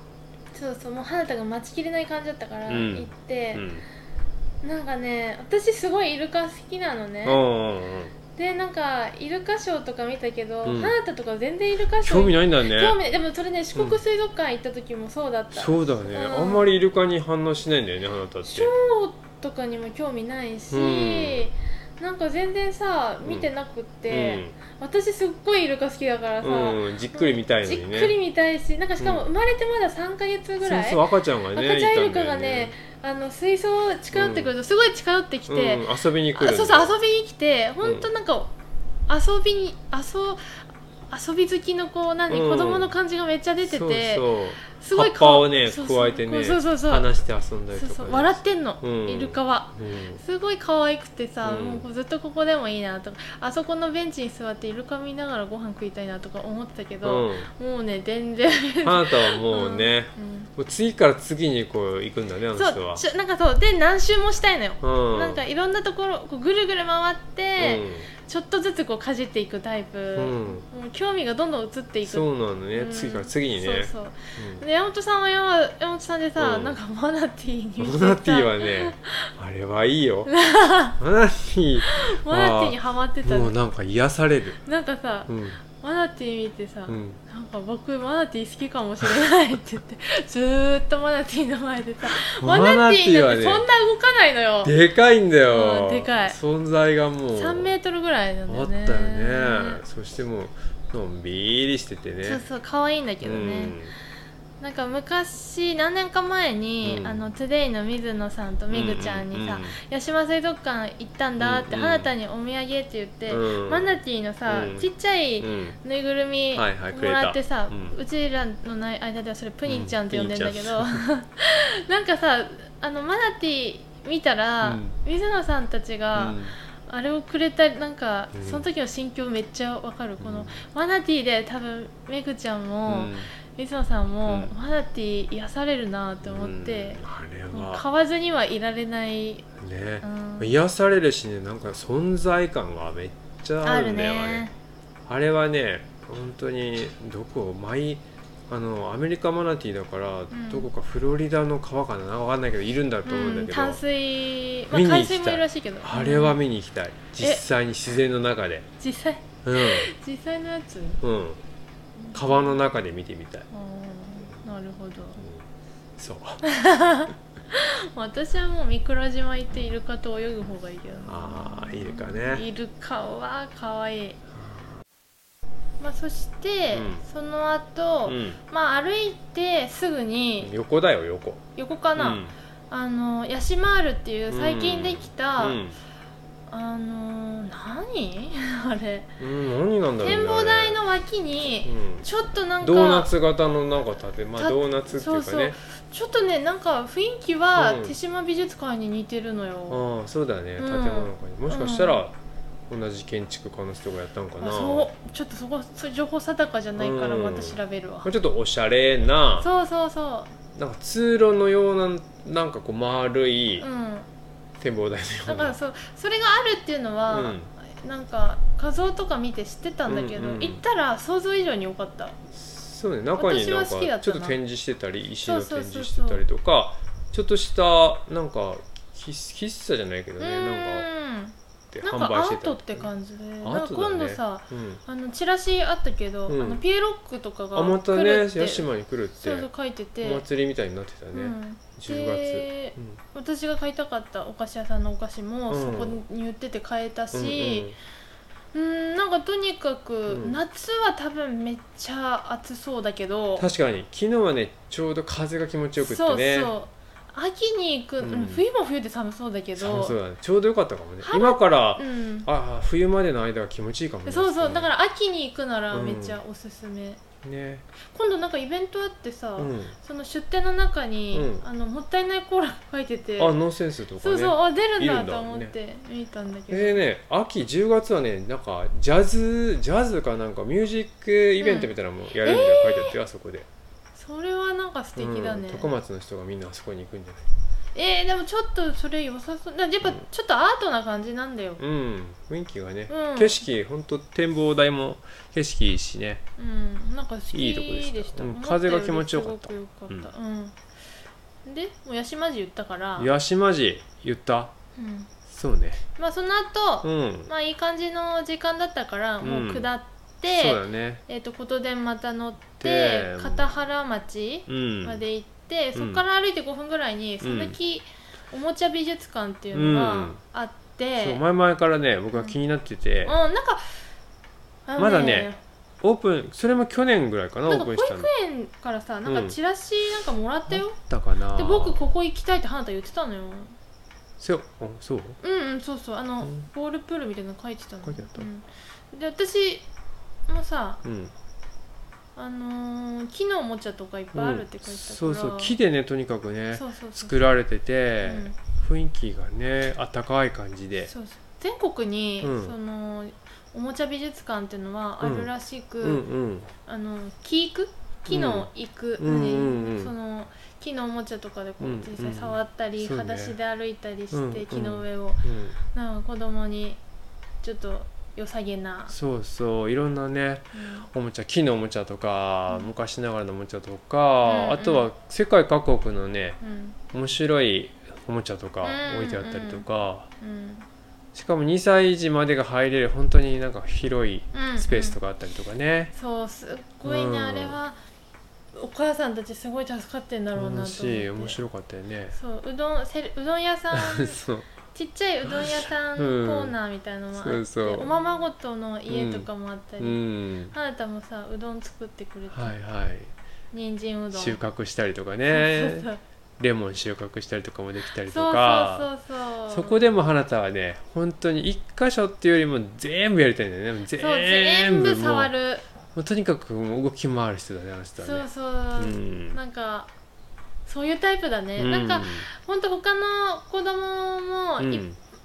Speaker 3: そうそうもう花田が待ちきれない感じだったから
Speaker 2: うん
Speaker 3: 行って
Speaker 2: う、ん
Speaker 3: なんかね私すごいイルカ好きなのね、
Speaker 2: うんうんうん
Speaker 3: でなんかイルカショーとか見たけど、
Speaker 2: うん
Speaker 3: 花田とか全然イルカショー
Speaker 2: 興味ないんだ
Speaker 3: 興
Speaker 2: ね
Speaker 3: 味ないでもそれね四国水族館行った時もそうだった、
Speaker 2: そうだね
Speaker 3: うん
Speaker 2: あんまりイルカに反応しないんだよねあなたって
Speaker 3: ショーとかにも興味ないし、
Speaker 2: うん
Speaker 3: なんか全然さ見てなくって、私すっごいイルカ好きだからさ、
Speaker 2: うん、うん、じっくり見たいの
Speaker 3: じっ
Speaker 2: にね
Speaker 3: くり見たいしなんかしかも
Speaker 2: うん
Speaker 3: 生まれてまだ3か月ぐらい、
Speaker 2: そうそう赤ちゃんがね
Speaker 3: 赤ちゃんイル
Speaker 2: いた
Speaker 3: カ
Speaker 2: んだ
Speaker 3: が
Speaker 2: よ
Speaker 3: ねあの水槽近寄ってくるとすごい近寄ってきて、
Speaker 2: うん、遊びに来
Speaker 3: あ
Speaker 2: るんだ
Speaker 3: そうそう遊びに来て本当なんか遊びに遊遊び好きのこう何、
Speaker 2: うん
Speaker 3: 子供の感じがめっちゃ出てて
Speaker 2: そう
Speaker 3: す
Speaker 2: そう
Speaker 3: ごい
Speaker 2: 葉っぱをね
Speaker 3: そうそう
Speaker 2: 加えてね
Speaker 3: そうそうそう
Speaker 2: 話して遊んだり
Speaker 3: そ
Speaker 2: と
Speaker 3: う
Speaker 2: か、ね、
Speaker 3: そう笑ってんの、
Speaker 2: うん
Speaker 3: イルカは
Speaker 2: うん
Speaker 3: すごい可愛くてさ、
Speaker 2: うん
Speaker 3: もうこうずっとここでもいいなとかあそこのベンチに座ってイルカ見ながらご飯食いたいなとか思ってたけど、
Speaker 2: うん、
Speaker 3: もうね 全然、
Speaker 2: あなたはもうね、もう次から次にこう行くんだねあの
Speaker 3: うん、
Speaker 2: 人
Speaker 3: そう
Speaker 2: は
Speaker 3: ちょなんかそうで何周もしたいのよ、
Speaker 2: う
Speaker 3: なんかいろんなところこうぐるぐる回って、ちょっとずつこうかじっていくタイプ、
Speaker 2: うん
Speaker 3: もう興味がどんどん移って
Speaker 2: う
Speaker 3: い
Speaker 2: ん、
Speaker 3: く
Speaker 2: そうなのね、
Speaker 3: うん
Speaker 2: 次から次にね
Speaker 3: そうそうで山本さんは山山本さんでさ、
Speaker 2: うん
Speaker 3: なんかマナティーに
Speaker 2: う
Speaker 3: 見
Speaker 2: ん
Speaker 3: て
Speaker 2: マナティー
Speaker 3: た
Speaker 2: はねあれはいい よマナティ
Speaker 3: マナティーにハマってた
Speaker 2: ーもう
Speaker 3: な
Speaker 2: なんか癒される、
Speaker 3: んかさ、
Speaker 2: うん
Speaker 3: マナティー見てさ、
Speaker 2: うん、
Speaker 3: なんか僕マナティー好きかもしれないって言って ずーっとマナティーの前でさマナティーなんてそんな動かないのよ、
Speaker 2: でかいんだよ、
Speaker 3: うんでかい
Speaker 2: 存在がもう
Speaker 3: 3メートルぐらいなんだ
Speaker 2: あっ
Speaker 3: よ
Speaker 2: た
Speaker 3: ね
Speaker 2: よねそしてもうのんびりしててね
Speaker 3: そうそう可愛いんだけどね、なんか昔何年か前に、
Speaker 2: うん
Speaker 3: あの Today の水野さんと
Speaker 2: うん、
Speaker 3: みぐちゃんにさ、
Speaker 2: うん
Speaker 3: 八島水族館行ったんだって、
Speaker 2: うんうん
Speaker 3: 花田にお土産って言って、
Speaker 2: うん
Speaker 3: マナティーのさ、
Speaker 2: うん
Speaker 3: ちっちゃい
Speaker 2: うん
Speaker 3: ぬいぐるみも
Speaker 2: はいはいくれた
Speaker 3: らってさ、
Speaker 2: うん
Speaker 3: うちらのない間ではそれプニンちゃんって呼んでんだけど、
Speaker 2: う
Speaker 3: なんかさあのマナティー見たら、
Speaker 2: うん
Speaker 3: 水野さんたちが、
Speaker 2: うん
Speaker 3: あれをくれたなんか、
Speaker 2: うん
Speaker 3: その時の心境めっちゃわかるこの、
Speaker 2: うん
Speaker 3: マナティーで多分めぐちゃんも、
Speaker 2: うん
Speaker 3: 水野さんも、
Speaker 2: うん
Speaker 3: マナティー癒されるなと思って、
Speaker 2: うん
Speaker 3: もう
Speaker 2: あ
Speaker 3: 買わずにはいられない、
Speaker 2: れはね
Speaker 3: う、ん
Speaker 2: 癒されるしねなんか存在感がめっちゃあるんだよあれあれはね本当にどこ毎あのアメリカマナティーだから、
Speaker 3: ん
Speaker 2: どこかフロリダの川かな分かんないけどいるんだと思うんだ
Speaker 3: うん
Speaker 2: けど、
Speaker 3: 淡水、まあ、
Speaker 2: 見に行き
Speaker 3: 海
Speaker 2: たい
Speaker 3: 水もいるらしいけど
Speaker 2: あれは
Speaker 3: うん
Speaker 2: 見に行きたい実際に自然の中で
Speaker 3: 実際
Speaker 2: うん
Speaker 3: 実際のやつうん
Speaker 2: うん川の中で見てみたい、
Speaker 3: なるほど
Speaker 2: うんそう
Speaker 3: 私はもう三倉島行ってイルカと泳ぐ方がいいけどな
Speaker 2: ああイルカね
Speaker 3: イルカは可愛いまあそして、
Speaker 2: うん
Speaker 3: その後、
Speaker 2: うん
Speaker 3: まあ歩いてすぐに
Speaker 2: 横だよ横
Speaker 3: 横かな、
Speaker 2: うん
Speaker 3: あのヤシマールっていう最近できた、
Speaker 2: うん
Speaker 3: あの何 あれ
Speaker 2: うん、何なんだろうね
Speaker 3: 展望台の脇
Speaker 2: あれ
Speaker 3: に
Speaker 2: う
Speaker 3: ちょっとなん
Speaker 2: ん、
Speaker 3: か
Speaker 2: ドーナツ型のなんか食べまあ
Speaker 3: た
Speaker 2: ドーナツっていうかね
Speaker 3: ちょっとねなんか雰囲気は
Speaker 2: うん
Speaker 3: 手島美術館に似てるのよ、
Speaker 2: ああそうだね
Speaker 3: う
Speaker 2: 建
Speaker 3: ん
Speaker 2: 物の中にもしかしたら同じ建築家の人がやったのかな
Speaker 3: あ
Speaker 2: も
Speaker 3: そうちょっとそこそ情報定かじゃないから
Speaker 2: うん
Speaker 3: また調べるわ、
Speaker 2: うちょっとおしゃれな
Speaker 3: そうそうそ
Speaker 2: なんか通路のようななんかこう丸
Speaker 3: う
Speaker 2: い
Speaker 3: うん
Speaker 2: 展望台の
Speaker 3: だ
Speaker 2: よう
Speaker 3: から
Speaker 2: な
Speaker 3: そうそれがあるっていうのは、
Speaker 2: うん
Speaker 3: なんか画像とか見て知ってたんだけど、
Speaker 2: うんうん
Speaker 3: 行ったら想像以上に良かった
Speaker 2: そうね中になん
Speaker 3: 私は好きだ
Speaker 2: か
Speaker 3: った
Speaker 2: ちょ
Speaker 3: な
Speaker 2: っと展示してたり石の
Speaker 3: そう
Speaker 2: 展
Speaker 3: そうそう
Speaker 2: 示
Speaker 3: そ
Speaker 2: し
Speaker 3: う
Speaker 2: てたりとかちょっとしたなんか喫喫茶じゃないけど
Speaker 3: う
Speaker 2: ねなんか
Speaker 3: ん
Speaker 2: で
Speaker 3: なん
Speaker 2: 販
Speaker 3: か
Speaker 2: 売
Speaker 3: ア
Speaker 2: して
Speaker 3: ー
Speaker 2: た
Speaker 3: ト
Speaker 2: り
Speaker 3: って感じで、
Speaker 2: ア
Speaker 3: なん
Speaker 2: ート
Speaker 3: か
Speaker 2: だね
Speaker 3: 今度さ
Speaker 2: うん
Speaker 3: あのチラシあったけど、
Speaker 2: うん
Speaker 3: あのピエロックとかが
Speaker 2: あまた
Speaker 3: 来る
Speaker 2: ね
Speaker 3: って
Speaker 2: 八島に来るっ
Speaker 3: そうそ
Speaker 2: て
Speaker 3: う書いてて、
Speaker 2: お祭りみたいになってたね、
Speaker 3: うん
Speaker 2: 10月、
Speaker 3: で
Speaker 2: うん
Speaker 3: 私が買いたかったお菓子屋さんのお菓子も
Speaker 2: うん
Speaker 3: そこに売ってて買えた
Speaker 2: うん
Speaker 3: し、うんなんかとにかく、
Speaker 2: うん
Speaker 3: 夏は多分めっちゃ暑そうだけど
Speaker 2: 確かに昨日はねちょうど風が気持ちよくって
Speaker 3: そう
Speaker 2: ね
Speaker 3: そう秋に行く、
Speaker 2: うん
Speaker 3: うん冬も冬で寒そうだけ
Speaker 2: 寒
Speaker 3: ど
Speaker 2: そうだねちょうどよかったかもね今から、
Speaker 3: うん、
Speaker 2: ああ冬までの間は気持ちいいかもね
Speaker 3: そうそうだからら秋に行くなら
Speaker 2: うん
Speaker 3: めっちゃおすすめ、
Speaker 2: ね
Speaker 3: 今度なんかイベントあってさ、
Speaker 2: うん
Speaker 3: その出店の中に、
Speaker 2: うん
Speaker 3: あのもったいないコーラが書いてて
Speaker 2: あノーセンスとかね
Speaker 3: そうそうあ出るん
Speaker 2: いる
Speaker 3: だ
Speaker 2: んだ
Speaker 3: と思って見たんだけど、
Speaker 2: でね秋10月はねなんかジャズジャズかなんかミュージックイベントみたいなのもやるんだよ、書いてあってあそこで、
Speaker 3: それはなんか素敵だね、
Speaker 2: うん、高松の人がみんなあそこに行くんじゃない
Speaker 3: えー、でもちょっとそれ良さそうだやっぱ
Speaker 2: うん
Speaker 3: ちょっとアートな感じなんだよ、
Speaker 2: うん雰囲気がね、
Speaker 3: うん
Speaker 2: 景色ほんと展望台も景色いいしね
Speaker 3: うん、なんか好き
Speaker 2: いいとこ
Speaker 3: で
Speaker 2: で
Speaker 3: し
Speaker 2: したたうん
Speaker 3: 思たより
Speaker 2: 風が気持ちよかった
Speaker 3: すごく良かった、うんでもう八島寺言ったから、
Speaker 2: 八島寺言った
Speaker 3: うん、
Speaker 2: そうね
Speaker 3: まあその後、
Speaker 2: うん
Speaker 3: まあいい感じの時間だったからもう下って、
Speaker 2: そうだね
Speaker 3: えー、と琴電また乗って
Speaker 2: で
Speaker 3: 片原町
Speaker 2: うん
Speaker 3: まで行って、
Speaker 2: ん
Speaker 3: そこから歩いて5分ぐらいに
Speaker 2: うん
Speaker 3: 讃岐、おもちゃ美術館っていうのがあって
Speaker 2: そう前々からね僕は気になってて、
Speaker 3: うん、なんかあの
Speaker 2: まだねオープンそれも去年ぐらいかなオ
Speaker 3: なんか
Speaker 2: ープン
Speaker 3: 保
Speaker 2: した
Speaker 3: 育
Speaker 2: の
Speaker 3: 園からさなんか
Speaker 2: うん
Speaker 3: チラシなんかもらったよ、
Speaker 2: だかな
Speaker 3: で僕ここ行きたいって花田言ってたのよ
Speaker 2: そうあそう
Speaker 3: うんうんそうそうあの、
Speaker 2: うん
Speaker 3: ボールプールみたいなの書いてたの
Speaker 2: 書いてあった
Speaker 3: うん、で私もさ
Speaker 2: うん
Speaker 3: あのー木のおもちゃとかいっぱいあるって書いてたから、
Speaker 2: そうそう木でねとにかくね
Speaker 3: そうそうそう
Speaker 2: 作られてて、
Speaker 3: うん
Speaker 2: 雰囲気がね温かい感じで
Speaker 3: そうそう全国に、
Speaker 2: うん
Speaker 3: そのおもちゃ美術館っていうのはあるらしく、
Speaker 2: うんうん
Speaker 3: あの木育木の育
Speaker 2: うんうんうんうん
Speaker 3: その木のおもちゃとかでこう
Speaker 2: うん
Speaker 3: 実際触ったり、
Speaker 2: そうね
Speaker 3: 裸足で歩いたりして、
Speaker 2: うんうん
Speaker 3: 木の上を
Speaker 2: うん
Speaker 3: なんか子供にちょっと良さげな、
Speaker 2: そうそういろんなね
Speaker 3: うん
Speaker 2: おもちゃ木のおもちゃとか、昔ながらのおもちゃと
Speaker 3: うん
Speaker 2: か、
Speaker 3: うん
Speaker 2: あとは世界各国のね
Speaker 3: うん
Speaker 2: 面白いおもちゃとか
Speaker 3: うん
Speaker 2: 置いてあったりとか、
Speaker 3: うん
Speaker 2: しかも2歳児までが入れる本当になんか広い
Speaker 3: うん、
Speaker 2: スペースとか
Speaker 3: か、
Speaker 2: あったりとかね、
Speaker 3: そうすっごいね、
Speaker 2: うん
Speaker 3: あれはお母さんたちすごい助かってんだろうなと思
Speaker 2: 楽
Speaker 3: って
Speaker 2: しい面白かったよね
Speaker 3: そううどんせうどん屋さん
Speaker 2: そう
Speaker 3: ちっちゃいうどん屋さんコ
Speaker 2: うん
Speaker 3: ーナーみたいのもあって、
Speaker 2: そうそう
Speaker 3: おままごとの家とかもあったり、
Speaker 2: うん
Speaker 3: あなたもさうどん作ってくれて、
Speaker 2: はいはい
Speaker 3: 人参うどん
Speaker 2: 収穫したりとか
Speaker 3: そう
Speaker 2: ね
Speaker 3: そう
Speaker 2: レモン収穫したりとかもできたりと
Speaker 3: そう
Speaker 2: か
Speaker 3: そうそうそ
Speaker 2: そ
Speaker 3: う
Speaker 2: こでも花田はね本当に一箇所っていうよりも全部やりたいんだよねもう
Speaker 3: そう全
Speaker 2: 全部も
Speaker 3: 部
Speaker 2: う
Speaker 3: 触る
Speaker 2: もうとにかくもう動き回る人だねあの人は
Speaker 3: そう
Speaker 2: ね
Speaker 3: そう、
Speaker 2: うん
Speaker 3: なんかそういうタイプだね、
Speaker 2: うん
Speaker 3: なんかほんと他の子供もい,、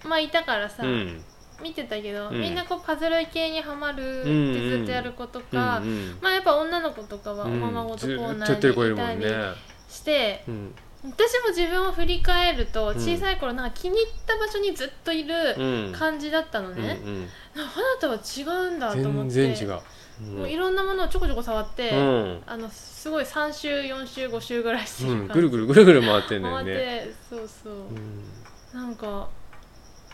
Speaker 3: まあ、いたからさ、
Speaker 2: うん
Speaker 3: 見てたけど、
Speaker 2: うん
Speaker 3: みんなこうパズル系にはまるってずっとやる子とか、
Speaker 2: うんうん
Speaker 3: まあやっぱ女の子とかはお
Speaker 2: うん
Speaker 3: ままごとコーナ
Speaker 2: ずっとやってる子い
Speaker 3: ーに
Speaker 2: る
Speaker 3: い
Speaker 2: も
Speaker 3: た
Speaker 2: ん
Speaker 3: り
Speaker 2: ね
Speaker 3: して、
Speaker 2: うん
Speaker 3: 私も自分を振り返ると
Speaker 2: ん
Speaker 3: 小さい頃なんか気に入った場所にずっといる
Speaker 2: うん
Speaker 3: 感じだったのね、
Speaker 2: うんうん
Speaker 3: なんか花とは違うんだと思って
Speaker 2: 全然違ううん
Speaker 3: もういろんなものをちょこちょこ触って、
Speaker 2: うん
Speaker 3: あのすごい3週4週5週ぐらいして
Speaker 2: う
Speaker 3: る
Speaker 2: ん
Speaker 3: 感
Speaker 2: ぐ
Speaker 3: じ
Speaker 2: るぐるぐるぐる回ってんだよ
Speaker 3: 回って、
Speaker 2: ね
Speaker 3: そうそう、
Speaker 2: うん
Speaker 3: なんか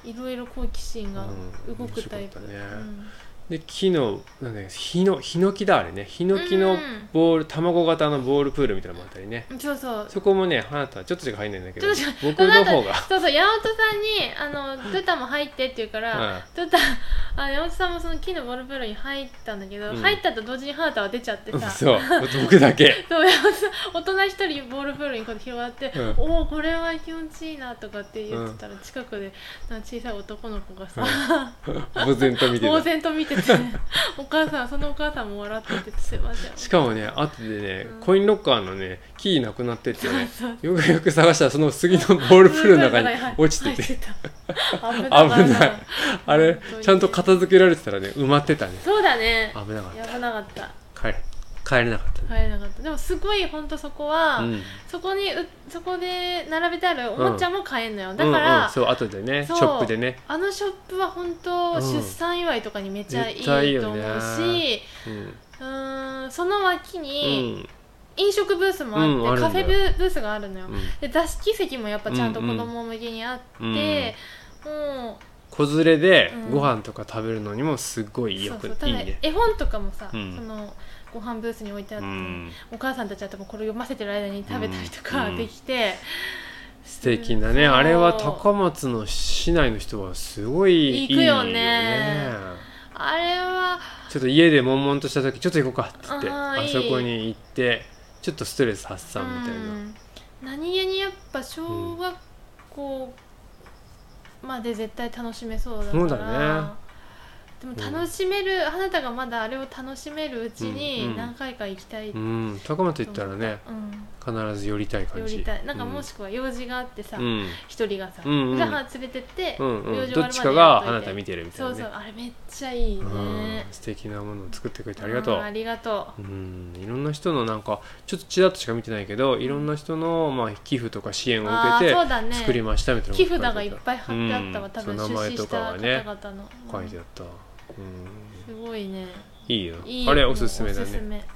Speaker 3: いろいろ好奇心が
Speaker 2: うん
Speaker 3: 動くタイプ、
Speaker 2: 面白かっ
Speaker 3: う
Speaker 2: たね
Speaker 3: ん
Speaker 2: で木のなんだっけヒノヒノキだあれねヒノキ
Speaker 3: う
Speaker 2: の
Speaker 3: ん
Speaker 2: ボール卵型のボールプールみたいなのもあったりね
Speaker 3: そうそう
Speaker 2: そこもね、花田はちょっとしか入んないんだけど
Speaker 3: ちょっとしか、
Speaker 2: 僕の方が。
Speaker 3: そうそう山本さんにあの「ドゥタも入って」って言うから、
Speaker 2: うん
Speaker 3: ドゥタ あ山本さんもその木のボールプールに入ったんだけど、
Speaker 2: うん
Speaker 3: 入ったと同時にハータは出ちゃってさ
Speaker 2: そう、僕だけ。
Speaker 3: そう山本さん大人一人ボールプールにこう広がって「
Speaker 2: うん
Speaker 3: おおこれは気持ちいいな」とかって言ってたら、近くでなんか小さい男の子がさ、
Speaker 2: 呆然と見て
Speaker 3: 呆
Speaker 2: た。
Speaker 3: 然と見て てお母さんそのお母さんも笑っててすいません
Speaker 2: しかもね、後でね
Speaker 3: うん、
Speaker 2: コインロッカーのね、キーなくなってってね
Speaker 3: そう、
Speaker 2: よくよく探したら、その杉のボールプールの中に落ちてて、
Speaker 3: て た危
Speaker 2: 危
Speaker 3: な
Speaker 2: ないい。あれ
Speaker 3: 本当に、ね
Speaker 2: ちゃんと片付けられてたらね、埋まってたね。
Speaker 3: そうだね
Speaker 2: 危なかっ
Speaker 3: やばなかった
Speaker 2: た。帰れ、帰れなかったね。
Speaker 3: 入れなかったでもすごい本当そこは、
Speaker 2: うん
Speaker 3: そこにうそこで並べてあるおもちゃも買えんのよ、だか
Speaker 2: うん
Speaker 3: ら、
Speaker 2: うんそう、後でね、シ
Speaker 3: そ
Speaker 2: ョ
Speaker 3: う
Speaker 2: ップでね。
Speaker 3: あのショップは本当、
Speaker 2: うん
Speaker 3: 出産祝いとかにめちゃいい
Speaker 2: 絶
Speaker 3: と思
Speaker 2: 対いいよ
Speaker 3: う
Speaker 2: ね
Speaker 3: し
Speaker 2: うん。
Speaker 3: うーんその脇
Speaker 2: う
Speaker 3: に
Speaker 2: ん
Speaker 3: 飲食ブースもあって、
Speaker 2: うんあるんだよ
Speaker 3: カフェブブースがあるのよ、
Speaker 2: うん
Speaker 3: で座敷席もやっぱちゃんと子供向けにあって、も
Speaker 2: 子連れで
Speaker 3: うん
Speaker 2: ご飯とか食べるのにもすご
Speaker 3: う
Speaker 2: いよく、
Speaker 3: そうそうた
Speaker 2: いい
Speaker 3: だ
Speaker 2: ね。
Speaker 3: 絵本とかもさ、
Speaker 2: うん
Speaker 3: そのご飯ブースに置いてあっ
Speaker 2: う
Speaker 3: て、
Speaker 2: ん。
Speaker 3: お母さんたちは多分これ読ませてる間に食べたりとか
Speaker 2: うん
Speaker 3: できて、
Speaker 2: 素敵だね、
Speaker 3: うん
Speaker 2: あれは高松の市内の人はすごいいい
Speaker 3: 行くよねあれは
Speaker 2: ちょっと家で悶々とした時ちょっと行こうかって言って
Speaker 3: あ
Speaker 2: あ
Speaker 3: ーいい
Speaker 2: そこに行ってちょっとストレス発散みたいな、
Speaker 3: うん、何気にやっぱ小学校まで絶対楽しめそうだから、
Speaker 2: そうだね
Speaker 3: でも楽しめる、あなたがまだあれを楽しめるうち
Speaker 2: うんう
Speaker 3: に
Speaker 2: ん
Speaker 3: 何回か行きたい、う
Speaker 2: うんん、高松行ったらね必ず寄りたい
Speaker 3: 寄
Speaker 2: 感じ
Speaker 3: りたいなんかもしくは用事があってさ
Speaker 2: うん、うん
Speaker 3: 一、人がさ、
Speaker 2: うんうん
Speaker 3: じゃあ花連れてって、
Speaker 2: うんうん
Speaker 3: 用事終
Speaker 2: ど
Speaker 3: わ
Speaker 2: っ
Speaker 3: る
Speaker 2: ち
Speaker 3: ま
Speaker 2: か
Speaker 3: で
Speaker 2: が
Speaker 3: やっといて
Speaker 2: あなた見てるみたい
Speaker 3: そ
Speaker 2: な
Speaker 3: う
Speaker 2: ね
Speaker 3: そうあれめっちゃいいね、
Speaker 2: うん、素敵なものを作ってくれてありがとう、
Speaker 3: んありがとう
Speaker 2: うん、いろんな人のなんかちょっとちらっとしか見てないけどいろんな人の、まあ、寄付とか支援を
Speaker 3: あ
Speaker 2: 受
Speaker 3: ー
Speaker 2: け
Speaker 3: そうだね
Speaker 2: て作りましたみたいな
Speaker 3: 寄付だがいっぱい貼
Speaker 2: 書
Speaker 3: って
Speaker 2: て
Speaker 3: あ
Speaker 2: あ
Speaker 3: ったわ、
Speaker 2: うん
Speaker 3: 多分
Speaker 2: そう
Speaker 3: 出
Speaker 2: 名前
Speaker 3: 資
Speaker 2: と
Speaker 3: し
Speaker 2: か
Speaker 3: た
Speaker 2: が
Speaker 3: 方
Speaker 2: ね
Speaker 3: 々の、
Speaker 2: 書いて
Speaker 3: う
Speaker 2: あ
Speaker 3: ん
Speaker 2: った、うん、
Speaker 3: すごいね
Speaker 2: いいよ
Speaker 3: いい
Speaker 2: あれおすすめだ
Speaker 3: おすす
Speaker 2: ね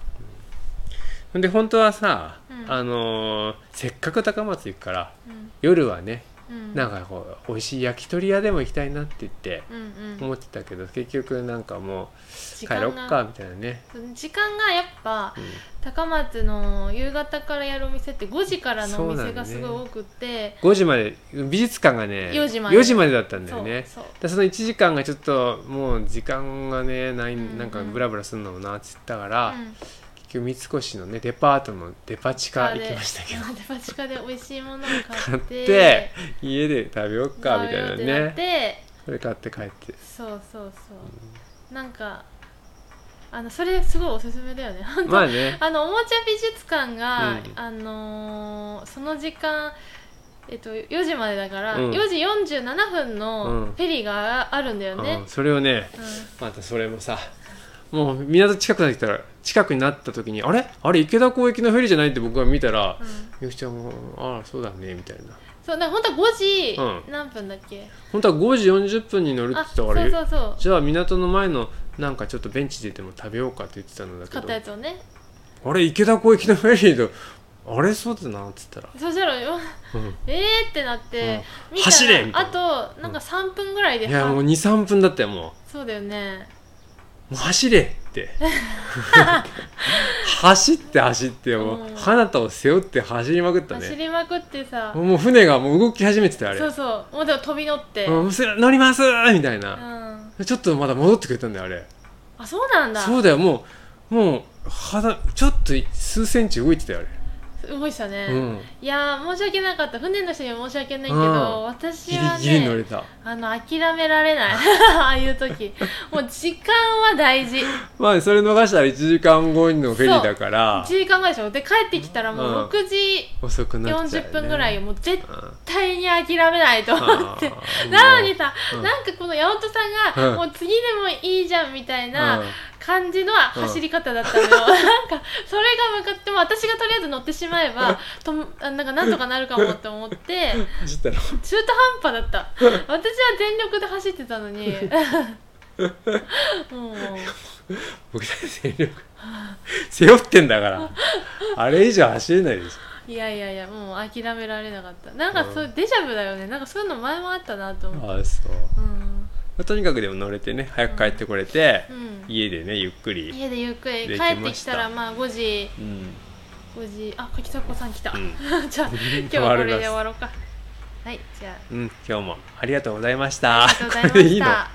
Speaker 3: め
Speaker 2: で本当はさ、
Speaker 3: うん
Speaker 2: あのーせっかく高松行くから
Speaker 3: うん
Speaker 2: 夜はね
Speaker 3: うん
Speaker 2: なんかこう美味しい焼き鳥屋でも行きたいなって言って
Speaker 3: うんうん
Speaker 2: 思ってたけど結局なんかもう
Speaker 3: 時
Speaker 2: 帰
Speaker 3: 間
Speaker 2: ろっ
Speaker 3: が
Speaker 2: かみたいなね、
Speaker 3: 時間がやっぱ
Speaker 2: うん
Speaker 3: 高松の夕方からやるお店って5時からのお
Speaker 2: そうな
Speaker 3: 店
Speaker 2: んだ
Speaker 3: が
Speaker 2: ね
Speaker 3: すごい多くって
Speaker 2: 5時まで美術館がね
Speaker 3: 4時まで
Speaker 2: だったんだよね
Speaker 3: そうそう
Speaker 2: でその1時間がちょっともう時間がねない、
Speaker 3: うんうん
Speaker 2: なんかブラブラするのもなっつったから、
Speaker 3: うん
Speaker 2: 結局三越のねデパートのデパ地下行きましたけど
Speaker 3: デパ地下で美味しいものを買
Speaker 2: 買
Speaker 3: っ
Speaker 2: ってて家で食べようかみたいな
Speaker 3: 食べようってなっ
Speaker 2: ね
Speaker 3: て
Speaker 2: それ買って帰って
Speaker 3: そうそうそうなんかあのそれすごいおすすめだよね本当、
Speaker 2: まあね
Speaker 3: あのおもちゃ美術館が、
Speaker 2: うん
Speaker 3: あのーその時間えっと、4時までだから、
Speaker 2: うん
Speaker 3: 4時47分
Speaker 2: う
Speaker 3: の
Speaker 2: ん
Speaker 3: フェリーがあるんだよね
Speaker 2: うん、それをね
Speaker 3: うん
Speaker 2: またそれもさもう港近くなってきたら近くになった時にあれあれ池田港行きのフェリーじゃないって僕が見たら、
Speaker 3: うん
Speaker 2: みゆきちゃんも「ああそうだね」みたいな
Speaker 3: そうなんか本当は5
Speaker 2: う
Speaker 3: 時何分だっけ、
Speaker 2: 本当は5時40分に乗るって言
Speaker 3: あ
Speaker 2: っ
Speaker 3: そ
Speaker 2: た
Speaker 3: う
Speaker 2: から
Speaker 3: そうそう
Speaker 2: じゃあ港の前のなんかちょっとベンチででも食べようかって言ってたんだけ
Speaker 3: 買ったや
Speaker 2: ど
Speaker 3: つをね
Speaker 2: あれ池田港行きのフェリーだあれそうだなっつったら、
Speaker 3: そしたらよ
Speaker 2: うん
Speaker 3: えーってなって、見たら
Speaker 2: 走れみたい
Speaker 3: あとなんか3分ぐらいで、
Speaker 2: いやもう23分だったよも
Speaker 3: そうだよね
Speaker 2: うもう走れって 走って走っても
Speaker 3: う
Speaker 2: うん花田を背負って走りまくった
Speaker 3: 走
Speaker 2: ね
Speaker 3: りまくってさ
Speaker 2: もう船がもう動き始めてたよあれ
Speaker 3: そうそうもうでも飛び乗って、
Speaker 2: うんす乗りますみたいうな、
Speaker 3: ん
Speaker 2: ちょっとまだ戻ってくれたんだよあれ
Speaker 3: あそうなんだ
Speaker 2: そうだよもうもう肌ちょっと数センチ動いてたよ
Speaker 3: 動いてたね
Speaker 2: あ、れ、うん、
Speaker 3: いやー申し訳なかった船の人には申し訳ないけど、
Speaker 2: うんギ
Speaker 3: 私
Speaker 2: リ
Speaker 3: はね
Speaker 2: ギリ乗れた
Speaker 3: あの諦められない ああいう時もう時間は大事
Speaker 2: まあそれ逃したら1時間後のフェリーだから
Speaker 3: 1時間ぐらいでしょで帰ってきたらもう6時
Speaker 2: 遅くなっちゃう、ね、
Speaker 3: 40分ぐらいよもう絶
Speaker 2: うん
Speaker 3: 対に諦めない と思って
Speaker 2: あー
Speaker 3: なのにさ、
Speaker 2: うん
Speaker 3: なんかこの八乙さんが、
Speaker 2: うん
Speaker 3: もう次でもいいじゃんみたいな
Speaker 2: うん
Speaker 3: 感じの走り方だったの よ、なんかそれが向かっても私がとりあえず乗ってしまえばともあなんかなんとかなるかもって思って
Speaker 2: 走ったら
Speaker 3: 中途半端だった私は全力で走ってたのに もう
Speaker 2: 僕だって全力背負ってんだからあれ以上走れないです
Speaker 3: いやいやいやもう諦められなかったなんかそう
Speaker 2: う
Speaker 3: デジャブだよねなんかそういうの前もあったなと思って
Speaker 2: ああそう
Speaker 3: うん、
Speaker 2: まあとにかくでも乗れてね早く帰ってこれて、
Speaker 3: うん、
Speaker 2: 家でねゆっくり
Speaker 3: 家でゆっくり
Speaker 2: で
Speaker 3: 帰ってきたら
Speaker 2: きました
Speaker 3: まあ5時
Speaker 2: うん、
Speaker 3: 5時あ柿迫さん来た、
Speaker 2: うん
Speaker 3: じゃあ今日はこれで終わろうかはいじゃあ
Speaker 2: うん、今日もありがとうございました
Speaker 3: ありがとうございま
Speaker 2: これでい
Speaker 3: し
Speaker 2: いの
Speaker 3: た